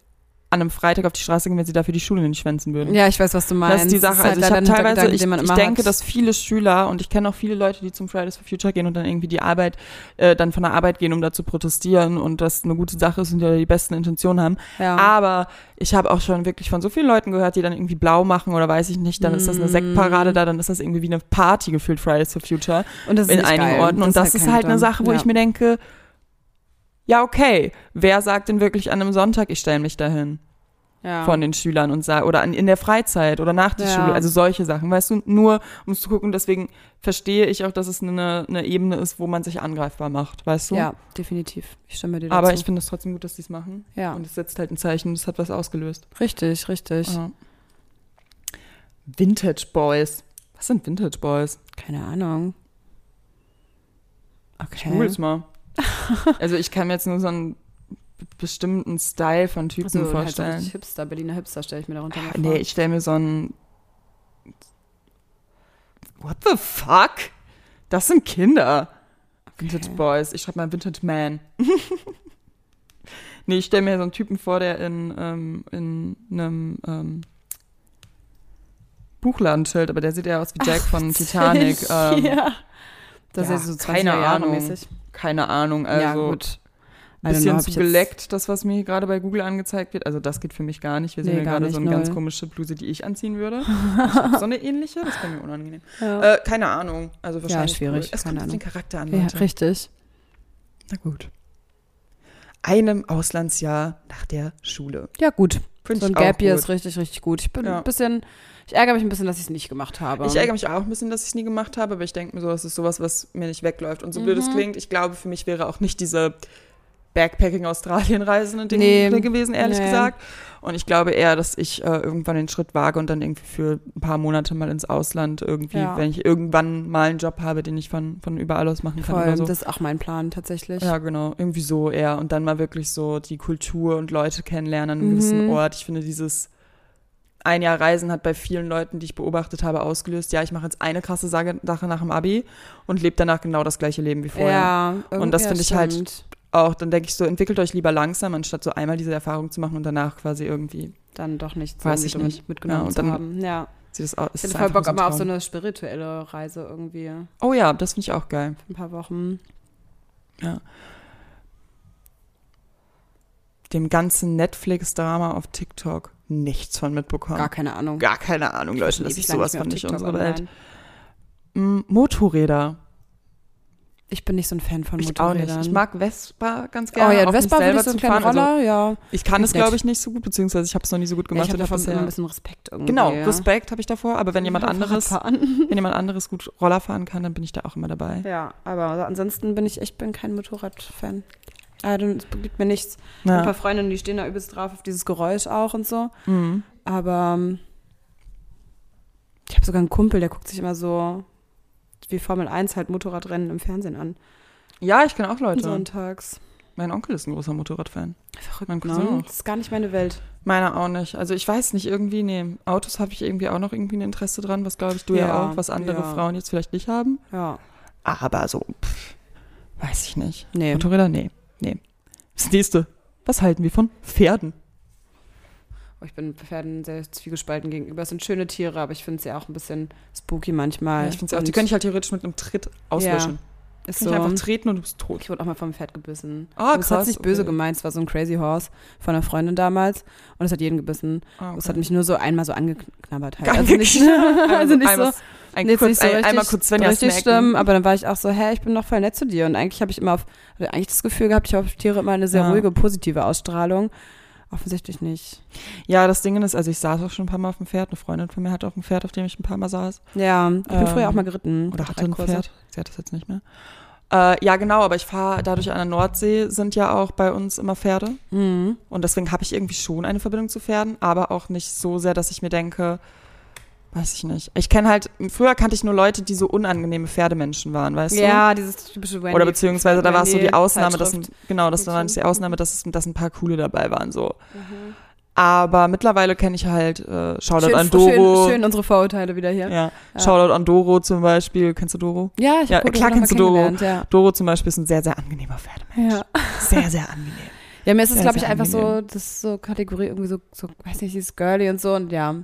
S2: an einem Freitag auf die Straße gehen, wenn sie dafür die Schule nicht schwänzen würden.
S1: Ja, ich weiß, was du meinst.
S2: Das ist die Sache.
S1: halt
S2: also ich
S1: leider
S2: habe
S1: ein Hintergedanke,
S2: teilweise, ich,
S1: den man
S2: ich
S1: immer
S2: denke,
S1: hat.
S2: dass viele Schüler und ich kenne auch viele Leute, die zum Fridays for Future gehen und dann irgendwie die Arbeit, äh, dann von der Arbeit gehen, um da zu protestieren und das eine gute Sache ist und die, die besten Intentionen haben.
S1: ja.
S2: Aber ich habe auch schon wirklich von so vielen Leuten gehört, die dann irgendwie blau machen oder weiß ich nicht, dann ist
S1: Mhm.
S2: das eine Sektparade da, dann ist das irgendwie wie eine Party gefühlt Fridays for Future
S1: und das ist
S2: in
S1: nicht
S2: einigen
S1: geil.
S2: Orten. Und das ist
S1: kein
S2: halt eine
S1: Plan.
S2: Sache, wo
S1: ja.
S2: ich mir denke, ja, okay, wer sagt denn wirklich an einem Sonntag, ich stelle mich dahin?
S1: ja.
S2: von den Schülern und sa- oder an, in der Freizeit oder nach der
S1: Ja.
S2: Schule, also solche Sachen, weißt du, nur um es zu gucken, deswegen verstehe ich auch, dass es eine, eine Ebene ist, wo man sich angreifbar macht, weißt du?
S1: Ja, definitiv. Ich stimme dir dazu.
S2: Aber ich finde es trotzdem gut, dass die es machen.
S1: ja,
S2: Und es setzt halt ein Zeichen, es hat was ausgelöst.
S1: richtig, richtig.
S2: Ja. Vintage Boys. Was sind Vintage Boys?
S1: Keine Ahnung. Okay.
S2: Googles mal. also ich kann mir jetzt nur so einen b- bestimmten Style von Typen
S1: Also, halt so
S2: vorstellen.
S1: richtig Hipster, Berliner Hipster stelle ich mir darunter mal
S2: Ah,
S1: vor.
S2: Nee, ich stelle mir so ein. What the fuck? Das sind Kinder. Vintage Boys. Ich schreibe mal Vintage Man. nee, ich stelle mir so einen Typen vor, der in, ähm, in einem ähm, Buchladen chillt, aber der sieht eher aus wie Jack von Titanic. Ähm,
S1: ja. Das
S2: ja,
S1: ist so 20
S2: keine
S1: Jahre
S2: Ahnung.
S1: mäßig.
S2: Keine Ahnung, also.
S1: ja, gut. I don't
S2: Bisschen
S1: know, hab
S2: zu
S1: ich jetzt-
S2: geleckt, das, was mir hier gerade bei Google angezeigt wird. Also das geht für mich gar nicht. Wir sehen
S1: Nee,
S2: hier
S1: gar
S2: gerade
S1: nicht,
S2: so eine ganz
S1: null.
S2: komische Bluse, die ich anziehen würde. Ich hab so eine ähnliche, das wäre mir unangenehm.
S1: Ja,
S2: Äh, keine Ahnung. Also wahrscheinlich.
S1: schwierig,
S2: cool. Es
S1: keine
S2: kommt auf den Charakter an,
S1: ja
S2: Ähm, Leute.
S1: richtig.
S2: Na gut. Einem Auslandsjahr nach der Schule.
S1: Ja, gut.
S2: Find
S1: so ein
S2: ich auch
S1: Gap Year
S2: gut.
S1: ist richtig, richtig gut. Ich bin
S2: Ja.
S1: ein bisschen, ich ärgere mich ein bisschen, dass ich es nicht gemacht habe.
S2: Ich ärgere mich auch ein bisschen, dass ich es nie gemacht habe, aber ich denke mir so, das ist sowas, was mir nicht wegläuft. Und so blöd
S1: Mhm.
S2: es klingt, ich glaube, für mich wäre auch nicht diese Backpacking-Australien-Reise ein Ding
S1: Nee.
S2: gewesen, ehrlich
S1: Nee.
S2: gesagt. Und ich glaube eher, dass ich äh, irgendwann den Schritt wage und dann irgendwie für ein paar Monate mal ins Ausland irgendwie,
S1: Ja.
S2: wenn ich irgendwann mal einen Job habe, den ich von, von überall aus machen kann
S1: Voll,
S2: oder so.
S1: das ist auch mein Plan tatsächlich.
S2: Ja, genau. Irgendwie so eher. Und dann mal wirklich so die Kultur und Leute kennenlernen an einem
S1: Mhm.
S2: gewissen Ort. Ich finde, dieses ein Jahr Reisen hat bei vielen Leuten, die ich beobachtet habe, ausgelöst, ja, ich mache jetzt eine krasse Sache Sache nach dem Abi und lebe danach genau das gleiche Leben wie vorher.
S1: Ja, irgendwie-
S2: das
S1: ja,
S2: finde ich halt-
S1: stimmt.
S2: Auch dann denke ich so, entwickelt euch lieber langsam, anstatt so einmal diese Erfahrung zu machen und danach quasi irgendwie
S1: Dann doch nicht so
S2: Weiß ich
S1: mit- mit-
S2: nicht.
S1: mitgenommen
S2: Ja, und
S1: zu
S2: dann-
S1: haben. Ja.
S2: sieht das aus.
S1: Ich
S2: es
S1: hätte
S2: ist
S1: voll
S2: einfach
S1: Bock
S2: ein
S1: aber auf so
S2: Traum.
S1: eine spirituelle Reise irgendwie für
S2: Oh ja, das finde ich auch geil.
S1: ein paar Wochen.
S2: Dem ganzen Netflix-Drama auf TikTok nichts von mitbekommen.
S1: Gar keine Ahnung.
S2: Gar keine Ahnung, Leute, das
S1: Ewig
S2: ist
S1: lang
S2: sowas
S1: mehr
S2: von
S1: auf
S2: nicht
S1: TikTok
S2: unsere
S1: online.
S2: Welt. Mm, Motorräder.
S1: Ich bin nicht so ein Fan von
S2: Ich auch
S1: Motorrädern.
S2: nicht. Ich mag Vespa ganz
S1: oh
S2: gerne.
S1: ja, ein
S2: auch mich
S1: Vespa würde
S2: selber
S1: ich so einen
S2: zu
S1: kleinen
S2: fahren. Also,
S1: Roller, ja.
S2: ich kann es,
S1: Klingt nett.
S2: glaube ich, nicht so gut, beziehungsweise ich habe es noch nie so gut
S1: ja.
S2: gemacht.
S1: Ich habe
S2: und
S1: davon
S2: hab
S1: immer ein bisschen
S2: bisher,
S1: Respekt irgendwie.
S2: genau,
S1: ja.
S2: Respekt habe ich davor, aber wenn jemand
S1: Ja,
S2: anderes,
S1: Fahrradfahren.
S2: wenn jemand anderes gut Roller fahren kann, dann bin ich da auch immer dabei.
S1: Ja, aber ansonsten bin ich echt bin kein Motorradfan. Ah, dann es gibt mir nichts. Ein paar
S2: Ja.
S1: Freundinnen, die stehen da übelst drauf auf dieses Geräusch auch und so.
S2: Mhm.
S1: Aber ähm, ich habe sogar einen Kumpel, der guckt sich immer so wie Formel 1 halt Motorradrennen im Fernsehen an.
S2: ja, ich kenne auch Leute.
S1: Sonntags.
S2: Mein Onkel ist ein großer Motorradfan.
S1: Verrückt,
S2: Mein Cousin
S1: ne?
S2: auch.
S1: Das ist gar nicht meine Welt.
S2: Meiner auch nicht. Also ich weiß nicht, irgendwie, nee, Autos habe ich irgendwie auch noch irgendwie ein Interesse dran, was glaube ich du ja,
S1: Ja,
S2: auch, was andere
S1: ja.
S2: Frauen jetzt vielleicht nicht haben.
S1: Ja,
S2: Aber so, pff, weiß ich nicht.
S1: nee.
S2: Motorräder, nee, nee. Das nächste. Was halten wir von Pferden?
S1: Oh, Ich bin Pferden sehr zwiegespalten gegenüber. Es sind schöne Tiere, aber ich finde sie auch ein bisschen spooky manchmal.
S2: Ja, ich finde auch,
S1: Und
S2: die könnte ich halt theoretisch mit einem Tritt auslöschen.
S1: ist
S2: Kann
S1: so,
S2: ich einfach treten und du bist tot.
S1: Ich wurde auch mal vom Pferd gebissen.
S2: Ah,
S1: Aber Es hat
S2: krass,
S1: nicht böse
S2: okay.
S1: gemeint, es war so ein Crazy Horse von einer Freundin damals und es hat jeden gebissen.
S2: Ah, okay.
S1: Es hat mich nur so einmal so angeknabbert halt.
S2: Gar
S1: also nicht, also nicht so,
S2: einmal, ein
S1: nee, jetzt
S2: kurz,
S1: nicht so
S2: ein,
S1: richtig,
S2: einmal kurz Svenja
S1: richtig
S2: snacken.
S1: schlimm, aber dann war ich auch so, hä, ich bin noch voll nett zu dir und eigentlich habe ich immer auf, also eigentlich das Gefühl gehabt, ich habe auf Tiere immer eine sehr
S2: Ja.
S1: ruhige, positive Ausstrahlung. Offensichtlich nicht.
S2: Ja, das Ding ist, also ich saß auch schon ein paar Mal auf dem Pferd. Eine Freundin von mir hatte auch ein Pferd, auf dem ich ein paar Mal saß.
S1: Ja, ich bin
S2: Ähm,
S1: früher auch mal geritten.
S2: Oder
S1: Drei
S2: hatte ein
S1: Kurse.
S2: Pferd. Sie hat das jetzt nicht mehr. Äh, ja, genau, aber ich fahre dadurch an der Nordsee, sind ja auch bei uns immer Pferde.
S1: Mhm.
S2: Und deswegen habe ich irgendwie schon eine Verbindung zu Pferden, aber auch nicht so sehr, dass ich mir denke, weiß ich nicht. Ich kenne halt, früher kannte ich nur Leute, die so unangenehme Pferdemenschen waren, weißt du?
S1: Ja, dieses typische Wendy.
S2: Oder beziehungsweise da war es so die
S1: Wendy-
S2: Ausnahme, dass,
S1: Zeitschrift.
S2: genau, das war
S1: Mädchen.
S2: die Ausnahme, dass, es- dass ein paar coole dabei waren, so. Aber mittlerweile kenne ich halt, äh, Shoutout
S1: Mhm. schön,
S2: an Doro.
S1: Schön, schön unsere Vorurteile wieder hier.
S2: Ja.
S1: Ja.
S2: Shoutout an Doro zum Beispiel. Kennst du Doro?
S1: Ja, ich
S2: Ja,
S1: hab Coco
S2: klar
S1: noch mal
S2: kennst du Doro.
S1: kennengelernt, Ja.
S2: Doro zum Beispiel ist ein sehr, sehr angenehmer Pferdemensch.
S1: Ja.
S2: Sehr, sehr angenehm.
S1: Ja, mir ist es,
S2: Ja,
S1: glaube
S2: ist
S1: ich,
S2: ja
S1: einfach so,
S2: angenehm.
S1: das ist so Kategorie irgendwie so, so, weiß nicht, dieses Girly und so und ja.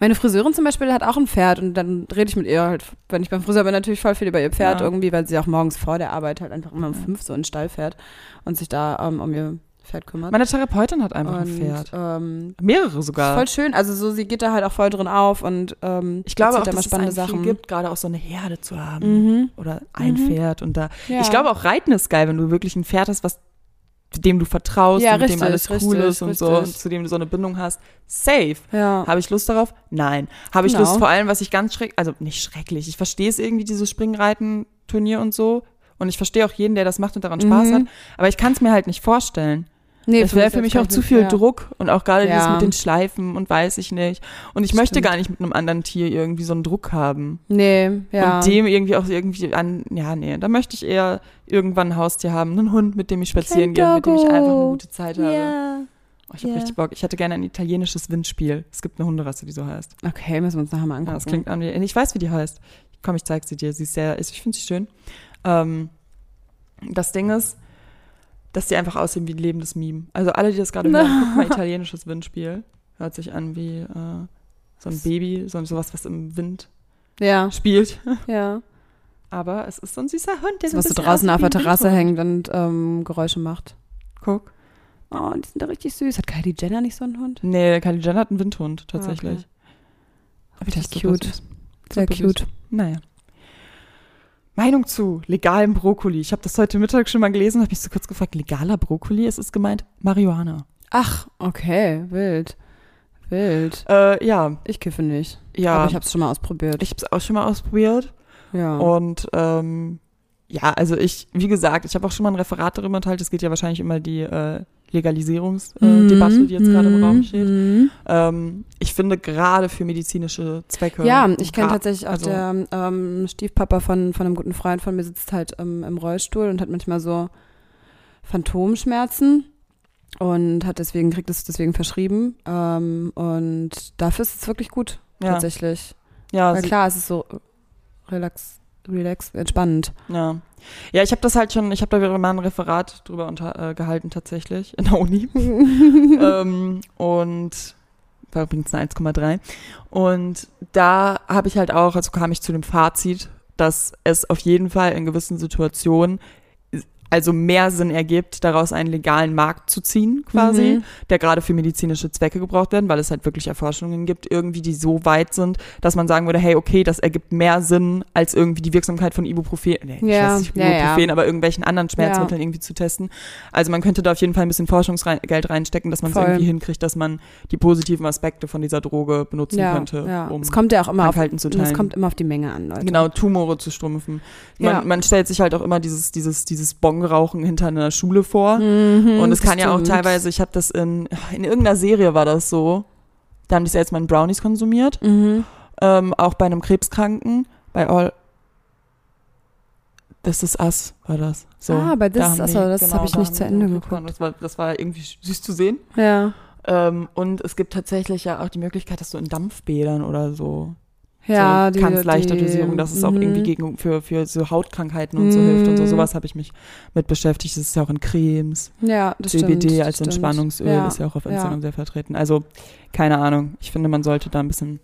S1: Meine Friseurin zum Beispiel hat auch ein Pferd und dann rede ich mit ihr halt, wenn ich beim Friseur bin, natürlich voll viel über ihr Pferd
S2: Ja.
S1: irgendwie, weil sie auch morgens vor der Arbeit halt einfach immer um fünf so in den Stall fährt und sich da ähm, um ihr Pferd kümmert.
S2: Meine Therapeutin hat einfach ein
S1: und,
S2: Pferd.
S1: Ähm,
S2: Mehrere
S1: ist
S2: sogar.
S1: voll schön, also so, sie geht da halt auch voll drin auf und ähm,
S2: Ich glaube auch,
S1: erzählt da
S2: dass
S1: immer
S2: es
S1: spannende
S2: einem viel
S1: Sachen.
S2: gibt, gerade auch so eine Herde zu haben.
S1: Mhm.
S2: Oder ein
S1: Mhm.
S2: Pferd und da.
S1: Ja.
S2: Ich glaube auch Reiten ist geil, wenn du wirklich ein Pferd hast, was dem du vertraust,
S1: Ja,
S2: und mit
S1: richtig,
S2: dem alles cool
S1: richtig,
S2: ist und so,
S1: richtig.
S2: und zu dem du so eine Bindung hast. Safe.
S1: ja.
S2: Habe ich Lust darauf? Nein. Habe ich
S1: Genau.
S2: Lust vor allem, was ich ganz schrecklich, also nicht schrecklich, ich verstehe es irgendwie, dieses Springreiten-Turnier und so. Und ich verstehe auch jeden, der das macht und daran Spaß
S1: Mhm.
S2: hat. Aber ich kann es mir halt nicht vorstellen.
S1: Nee,
S2: Es wäre für mich auch
S1: jetzt
S2: zu
S1: kann
S2: viel
S1: ich nicht-
S2: Druck und auch gerade
S1: Ja.
S2: dieses mit den Schleifen und weiß ich nicht. Und ich möchte
S1: Stimmt.
S2: gar nicht mit einem anderen Tier irgendwie so einen Druck haben.
S1: Ja. Nee, ja.
S2: Und dem irgendwie auch irgendwie an, ja, nee, da möchte ich eher irgendwann ein Haustier haben, einen Hund, mit dem ich spazieren gehe,
S1: Kleinen
S2: mit dem ich einfach eine
S1: Doggo.
S2: gute Zeit habe.
S1: ja.
S2: Oh, ich habe
S1: ja.
S2: richtig Bock. Ich hätte gerne ein italienisches Windspiel. Es gibt eine Hunderasse, die so heißt.
S1: Okay, müssen wir uns nachher mal angucken.
S2: Ja, das klingt an wie, äh, ich weiß, wie die heißt. Komm, ich zeig sie dir. Sie ist sehr, ich finde sie schön. Ähm, das Ding ist, dass die einfach aussehen wie ein lebendes Meme. Also alle, die das gerade hören, guck mal, italienisches Windspiel. Hört sich an wie äh, so ein Baby, so sowas, was im Wind
S1: Ja,
S2: spielt.
S1: ja.
S2: Aber es ist so ein süßer Hund, der so ein
S1: Was du
S2: bisschen
S1: draußen
S2: aussieht
S1: auf
S2: wie
S1: der
S2: ein
S1: Terrasse
S2: Windhund.
S1: hängt und ähm, Geräusche macht.
S2: Guck.
S1: Oh, die sind da richtig süß. Hat Kylie Jenner nicht so einen Hund?
S2: Nee, Kylie Jenner hat einen Windhund, tatsächlich.
S1: Okay.
S2: Aber der ist
S1: Ah, Richtig
S2: super
S1: cute.
S2: süß.
S1: Sehr
S2: Super süß.
S1: cute.
S2: Naja. Meinung zu legalem Brokkoli. Ich habe das heute Mittag schon mal gelesen, habe mich so kurz gefragt, legaler Brokkoli? Es ist gemeint Marihuana.
S1: Ach, okay, wild. Wild.
S2: Äh, ja,
S1: Ich kiffe nicht.
S2: ja.
S1: Aber ich habe es schon mal ausprobiert.
S2: ich habe es auch schon mal ausprobiert.
S1: ja.
S2: Und ähm, ja, also ich, wie gesagt, ich habe auch schon mal ein Referat darüber enthalten. Es geht ja wahrscheinlich immer die äh, Legalisierungsdebatte, äh,
S1: Mhm,
S2: Debatte, die jetzt gerade im
S1: mhm,
S2: Raum steht.
S1: mhm.
S2: Ähm, ich finde gerade für medizinische Zwecke.
S1: Ja, ich kenne
S2: gra-
S1: tatsächlich auch
S2: also-
S1: der ähm, Stiefpapa von, von einem guten Freund von mir sitzt halt ähm, im Rollstuhl und hat manchmal so Phantomschmerzen und hat deswegen, kriegt es deswegen verschrieben. Ähm, und dafür ist es wirklich gut,
S2: ja, Also
S1: tatsächlich.
S2: ja,
S1: Weil
S2: sie-
S1: klar, es ist so relax, relax, entspannend.
S2: Ja. Ja, ich habe das halt schon, ich habe da mal ein Referat drüber unter, äh, gehalten tatsächlich in der Uni. ähm, und war übrigens eine 1,3. Und da habe ich halt auch, also kam ich zu dem Fazit, dass es auf jeden Fall in gewissen Situationen also mehr Sinn ergibt, daraus einen legalen Markt zu ziehen, quasi,
S1: Mhm.
S2: der gerade für medizinische Zwecke gebraucht werden, weil es halt wirklich Erforschungen gibt, irgendwie, die so weit sind, dass man sagen würde, hey, okay, das ergibt mehr Sinn, als irgendwie die Wirksamkeit von Ibuprofen, nee, ich
S1: Ja,
S2: weiß nicht,
S1: ja, ja.
S2: Ibuprofen, aber irgendwelchen anderen Schmerzmitteln irgendwie zu testen. Also man könnte da auf jeden Fall ein bisschen Forschungsgeld reinstecken, dass man es
S1: Voll.
S2: irgendwie hinkriegt, dass man die positiven Aspekte von dieser Droge benutzen
S1: Ja,
S2: könnte,
S1: ja.
S2: um
S1: es kommt ja auch immer auf,
S2: Krankheiten zu teilen.
S1: es kommt immer auf die Menge an, Leute.
S2: Genau, Tumore zu stumpfen. Man,
S1: Ja.
S2: man stellt sich halt auch immer dieses, dieses, dieses Bongrauchen hinter einer Schule vor.
S1: Mhm,
S2: Und es
S1: das
S2: kann ja auch
S1: stimmt.
S2: teilweise, ich habe das in, in irgendeiner Serie war das so, da haben die selbst mal in Brownies konsumiert,
S1: Mhm.
S2: ähm, auch bei einem Krebskranken, bei All This Is Us war das. So,
S1: Ah, bei This
S2: da
S1: Is
S2: haben
S1: Us,
S2: die- genau
S1: aber das hab ich
S2: da
S1: nicht
S2: haben
S1: zu
S2: die
S1: Ende
S2: so geguckt. Das war, das war irgendwie süß zu sehen.
S1: Ja.
S2: Ähm, und es gibt tatsächlich ja auch die Möglichkeit, dass du in Dampfbädern oder so,
S1: Ja,
S2: so ganz leichte Dosierung, dass es auch
S1: mhm.
S2: irgendwie gegen, für, für so Hautkrankheiten und so hilft und so.
S1: Mhm.
S2: Sowas habe ich mich mit beschäftigt. Das ist ja auch in Cremes.
S1: Ja, das
S2: CBD
S1: stimmt,
S2: als
S1: das stimmt.
S2: Entspannungsöl
S1: ja.
S2: ist ja auch auf
S1: ja.
S2: Instagram sehr vertreten. Also, keine Ahnung. Ich finde, man sollte da ein bisschen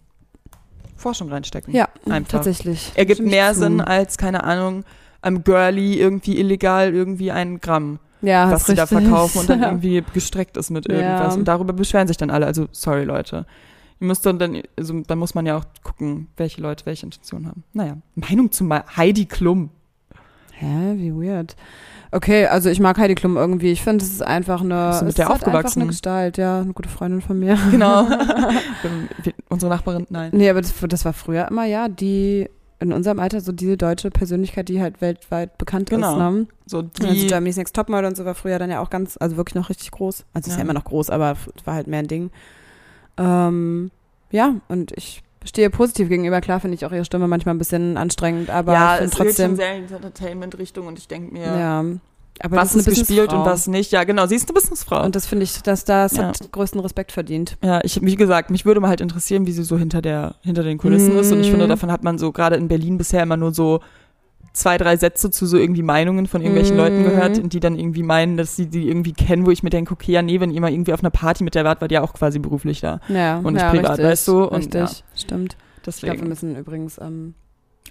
S2: Forschung reinstecken.
S1: Ja,
S2: Einfach.
S1: tatsächlich.
S2: Ergibt
S1: Stimme ich
S2: mehr
S1: zu.
S2: Sinn als, keine Ahnung, am Girly irgendwie illegal irgendwie einen Gramm,
S1: ja,
S2: was
S1: hast
S2: sie da
S1: Ah, richtig.
S2: verkaufen und dann
S1: Ja.
S2: irgendwie gestreckt ist mit
S1: Ja.
S2: irgendwas. Und darüber beschweren sich dann alle. Also, sorry, Leute. Ihr müsst dann, dann, also, dann muss man ja auch gucken, welche Leute welche Intention haben. Naja, Meinung zu Ma- Heidi Klum.
S1: Hä, wie weird. Okay, also ich mag Heidi Klum irgendwie. Ich finde, es ist einfach eine,
S2: Bist du mit
S1: es
S2: der
S1: ist halt einfach
S2: aufgewachsen?
S1: eine Gestalt, ja, eine gute Freundin von mir.
S2: Genau. Ähm, wir- Unsere Nachbarin, nein.
S1: Nee, aber das, das war früher immer, ja, die in unserem Alter so diese deutsche Persönlichkeit, die halt weltweit bekannt
S2: Genau.
S1: ist. Ne?
S2: So
S1: Also
S2: die,
S1: Germany's Next Topmodel und so war früher dann ja auch ganz, also wirklich noch richtig groß. Also ist
S2: Ja.
S1: ja immer noch groß, aber f- war halt mehr ein Ding. Ähm, ja, und ich stehe positiv gegenüber. Klar finde ich auch ihre Stimme manchmal ein bisschen anstrengend, aber
S2: ja,
S1: ich
S2: es
S1: finde
S2: geht schon
S1: trotzdem.
S2: sehr in die Entertainment-Richtung und ich denke mir,
S1: Ja. Aber
S2: was
S1: das
S2: ist
S1: ist eine
S2: gespielt und
S1: Businessfrau.
S2: was nicht. Ja, genau, sie ist eine Businessfrau.
S1: Und das finde ich, dass das
S2: Ja.
S1: hat größten Respekt verdient.
S2: ja, ich, wie gesagt, mich würde mal halt interessieren, wie sie so hinter der, hinter den Kulissen
S1: Mhm.
S2: ist. Und ich finde, davon hat man so gerade in Berlin bisher immer nur so zwei, drei Sätze zu so irgendwie Meinungen von irgendwelchen Leuten gehört und die dann irgendwie meinen, dass sie die irgendwie kennen, wo ich mir denke, okay, ja, nee, wenn ihr mal irgendwie auf einer Party mit der wart, war die ja auch quasi beruflich da.
S1: Ja,
S2: Und nicht
S1: ja,
S2: privat,
S1: richtig,
S2: weißt du, und
S1: richtig, stimmt. Ich glaube, wir
S2: Deswegen.
S1: müssen übrigens, ähm,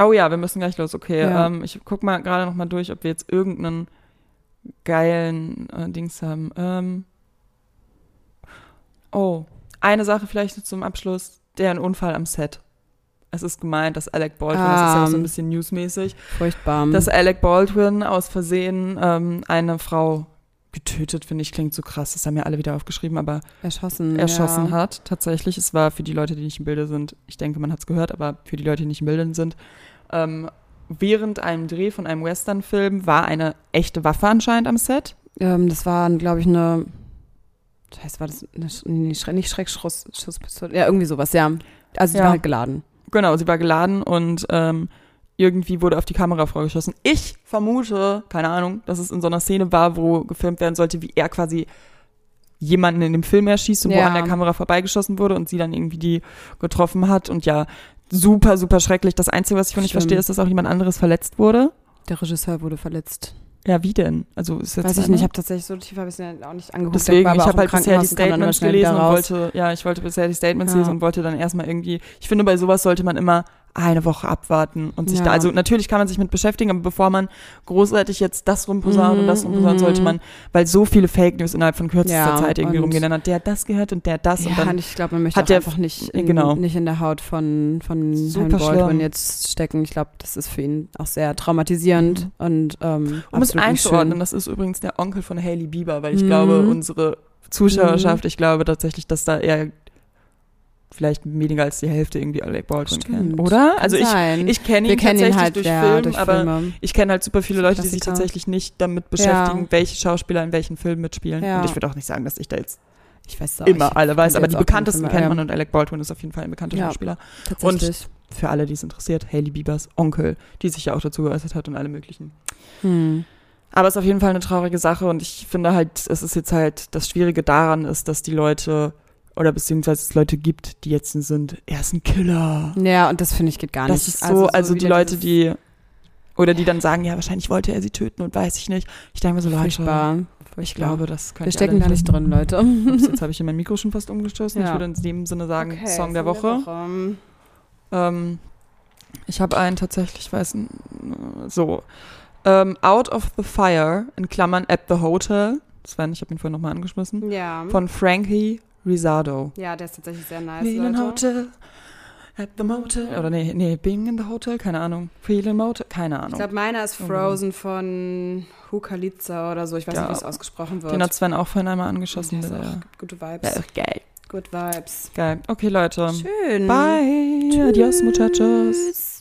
S2: Oh ja, wir müssen gleich los, okay.
S1: Ja.
S2: Ähm, ich guck mal gerade nochmal durch, ob wir jetzt irgendeinen geilen äh, Dings haben. Ähm, oh, eine Sache vielleicht noch zum Abschluss. Der ein Unfall am Set. Es ist gemeint, dass Alec Baldwin, das ist ja auch so
S1: Ähm. Mhm.
S2: ein bisschen newsmäßig,
S1: furchtbar.
S2: dass Alec Baldwin aus Versehen ähm, eine Frau getötet, finde ich, klingt so krass. Das haben ja alle wieder aufgeschrieben, aber
S1: erschossen.
S2: erschossen
S1: ja.
S2: hat. Tatsächlich, es war für die Leute, die nicht im Bilde sind, ich denke, man hat es gehört, aber für die Leute, die nicht im Bilde sind, ähm, während einem Dreh von einem Western-Film war eine echte Waffe anscheinend am Set.
S1: Ähm, das war, glaube ich, eine. Scheiße, war das eine, Sch- nee, Schre- nicht Schreckschuss, Schusspistole? Ja, irgendwie sowas, ja. Also, die
S2: Ja.
S1: war halt geladen.
S2: Genau, sie war geladen und ähm, irgendwie wurde auf die Kamerafrau geschossen. Ich vermute, keine Ahnung, dass es in so einer Szene war, wo gefilmt werden sollte, wie er quasi jemanden in dem Film erschießt und wo
S1: Ja.
S2: an der Kamera vorbeigeschossen wurde und sie dann irgendwie die getroffen hat und ja, super, super schrecklich. Das Einzige, was ich von nicht
S1: Schlimm.
S2: verstehe, ist, dass auch jemand anderes verletzt wurde.
S1: Der Regisseur wurde verletzt.
S2: Ja, wie denn? Also ist jetzt
S1: Weiß ich
S2: einer?
S1: nicht, ich habe tatsächlich so tief habe ich es mir auch nicht angeguckt.
S2: Deswegen,
S1: war aber
S2: ich
S1: auch
S2: habe
S1: im
S2: halt bisher die
S1: Krankenhaus und kam dann immer
S2: Statements
S1: schnell
S2: gelesen
S1: wieder
S2: und
S1: raus.
S2: wollte, ja, ich wollte bisher die Statements
S1: Ja.
S2: lesen und wollte dann erstmal irgendwie, ich finde, bei sowas sollte man immer eine Woche abwarten und sich
S1: Ja.
S2: da, also natürlich kann man sich mit beschäftigen, aber bevor man großartig jetzt das rumposaunt und das
S1: Mhm,
S2: rumposaunt,
S1: mhm.
S2: sollte man, weil so viele Fake News innerhalb von kürzester
S1: Ja,
S2: Zeit irgendwie
S1: und-
S2: rumgehen, dann hat der das gehört und der das
S1: ja,
S2: und dann,
S1: und ich glaube, man möchte
S2: hat
S1: auch
S2: der-
S1: einfach nicht in,
S2: genau.
S1: nicht in der Haut von, von Herrn
S2: Super
S1: Baldwin
S2: schlimm.
S1: jetzt stecken. Ich glaube, das ist für ihn auch sehr traumatisierend
S2: Mhm.
S1: und ähm,
S2: um es
S1: absolut nicht
S2: einzuordnen,
S1: schön.
S2: das ist übrigens der Onkel von Hailey Bieber, weil ich
S1: Mhm.
S2: glaube, unsere Zuschauerschaft, ich glaube tatsächlich, dass da eher vielleicht weniger als die Hälfte irgendwie Alec Baldwin kennt,
S1: Stimmt.
S2: oder?
S1: Kann
S2: also ich
S1: sein.
S2: Ich kenne ihn
S1: wir kennen
S2: tatsächlich
S1: ihn halt
S2: durch,
S1: ja,
S2: Film,
S1: durch
S2: aber
S1: Filme.
S2: ich kenne halt super viele
S1: Das ist ein
S2: Leute, die sich
S1: Klassiker.
S2: tatsächlich nicht damit beschäftigen,
S1: Ja.
S2: welche Schauspieler in welchen Filmen mitspielen.
S1: Ja.
S2: Und ich würde auch nicht sagen, dass ich da jetzt
S1: Ich weiß es auch
S2: immer
S1: nicht.
S2: alle weiß,
S1: kannte
S2: aber
S1: jetzt
S2: die
S1: auch keine
S2: bekanntesten
S1: Filme,
S2: kennt
S1: ja.
S2: man und Alec Baldwin ist auf jeden Fall ein bekannter
S1: Ja.
S2: Schauspieler.
S1: Tatsächlich.
S2: Für alle, die es interessiert, Hailey Biebers Onkel, die sich ja auch dazu geäußert hat und alle möglichen.
S1: hm.
S2: Aber es ist auf jeden Fall eine traurige Sache und ich finde halt, es ist jetzt halt, das Schwierige daran ist, dass die Leute oder beziehungsweise es Leute gibt, die jetzt sind, er ist ein Killer.
S1: Ja, und das finde ich geht gar
S2: Das
S1: nicht.
S2: ist so, also, die
S1: wieder
S2: Leute,
S1: dieses
S2: die oder die dann sagen, ja, wahrscheinlich wollte er sie töten und weiß ich nicht. Ich denke mir so, Leute,
S1: Furchtbar.
S2: ich glaube, das könnte
S1: Wir stecken da nicht drin, Leute.
S2: Jetzt habe ich in mein Mikro schon fast umgestoßen. Ich
S1: Ja.
S2: würde in dem Sinne sagen, Song der Woche. Ähm, ich habe einen tatsächlich, ich weiß n- so. Ähm, Out of the Fire, in Klammern at the Hotel. Sven, ich habe ihn vorhin nochmal angeschmissen.
S1: Ja.
S2: Von Frankie Risardo.
S1: ja, der ist tatsächlich sehr nice.
S2: Feeling
S1: Leute.
S2: Hotel, at the Motel. Oder nee, nee, Being in the Hotel, keine Ahnung. Feeling Motel, keine
S1: Ich
S2: Ahnung.
S1: glaube, meiner
S2: Oh,
S1: ist Frozen von Hukalitza oder so. Ich weiß
S2: Ja.
S1: nicht, wie es ausgesprochen wird.
S2: Den hat Sven auch vorhin einmal
S1: Der
S2: angeschossen.
S1: ist
S2: Der,
S1: auch,
S2: der,
S1: gibt gute Vibes.
S2: ist geil.
S1: Good Vibes.
S2: Geil. Okay, Leute.
S1: Schön.
S2: Bye. Ähm, Adios, muchachos.
S1: Tschüss.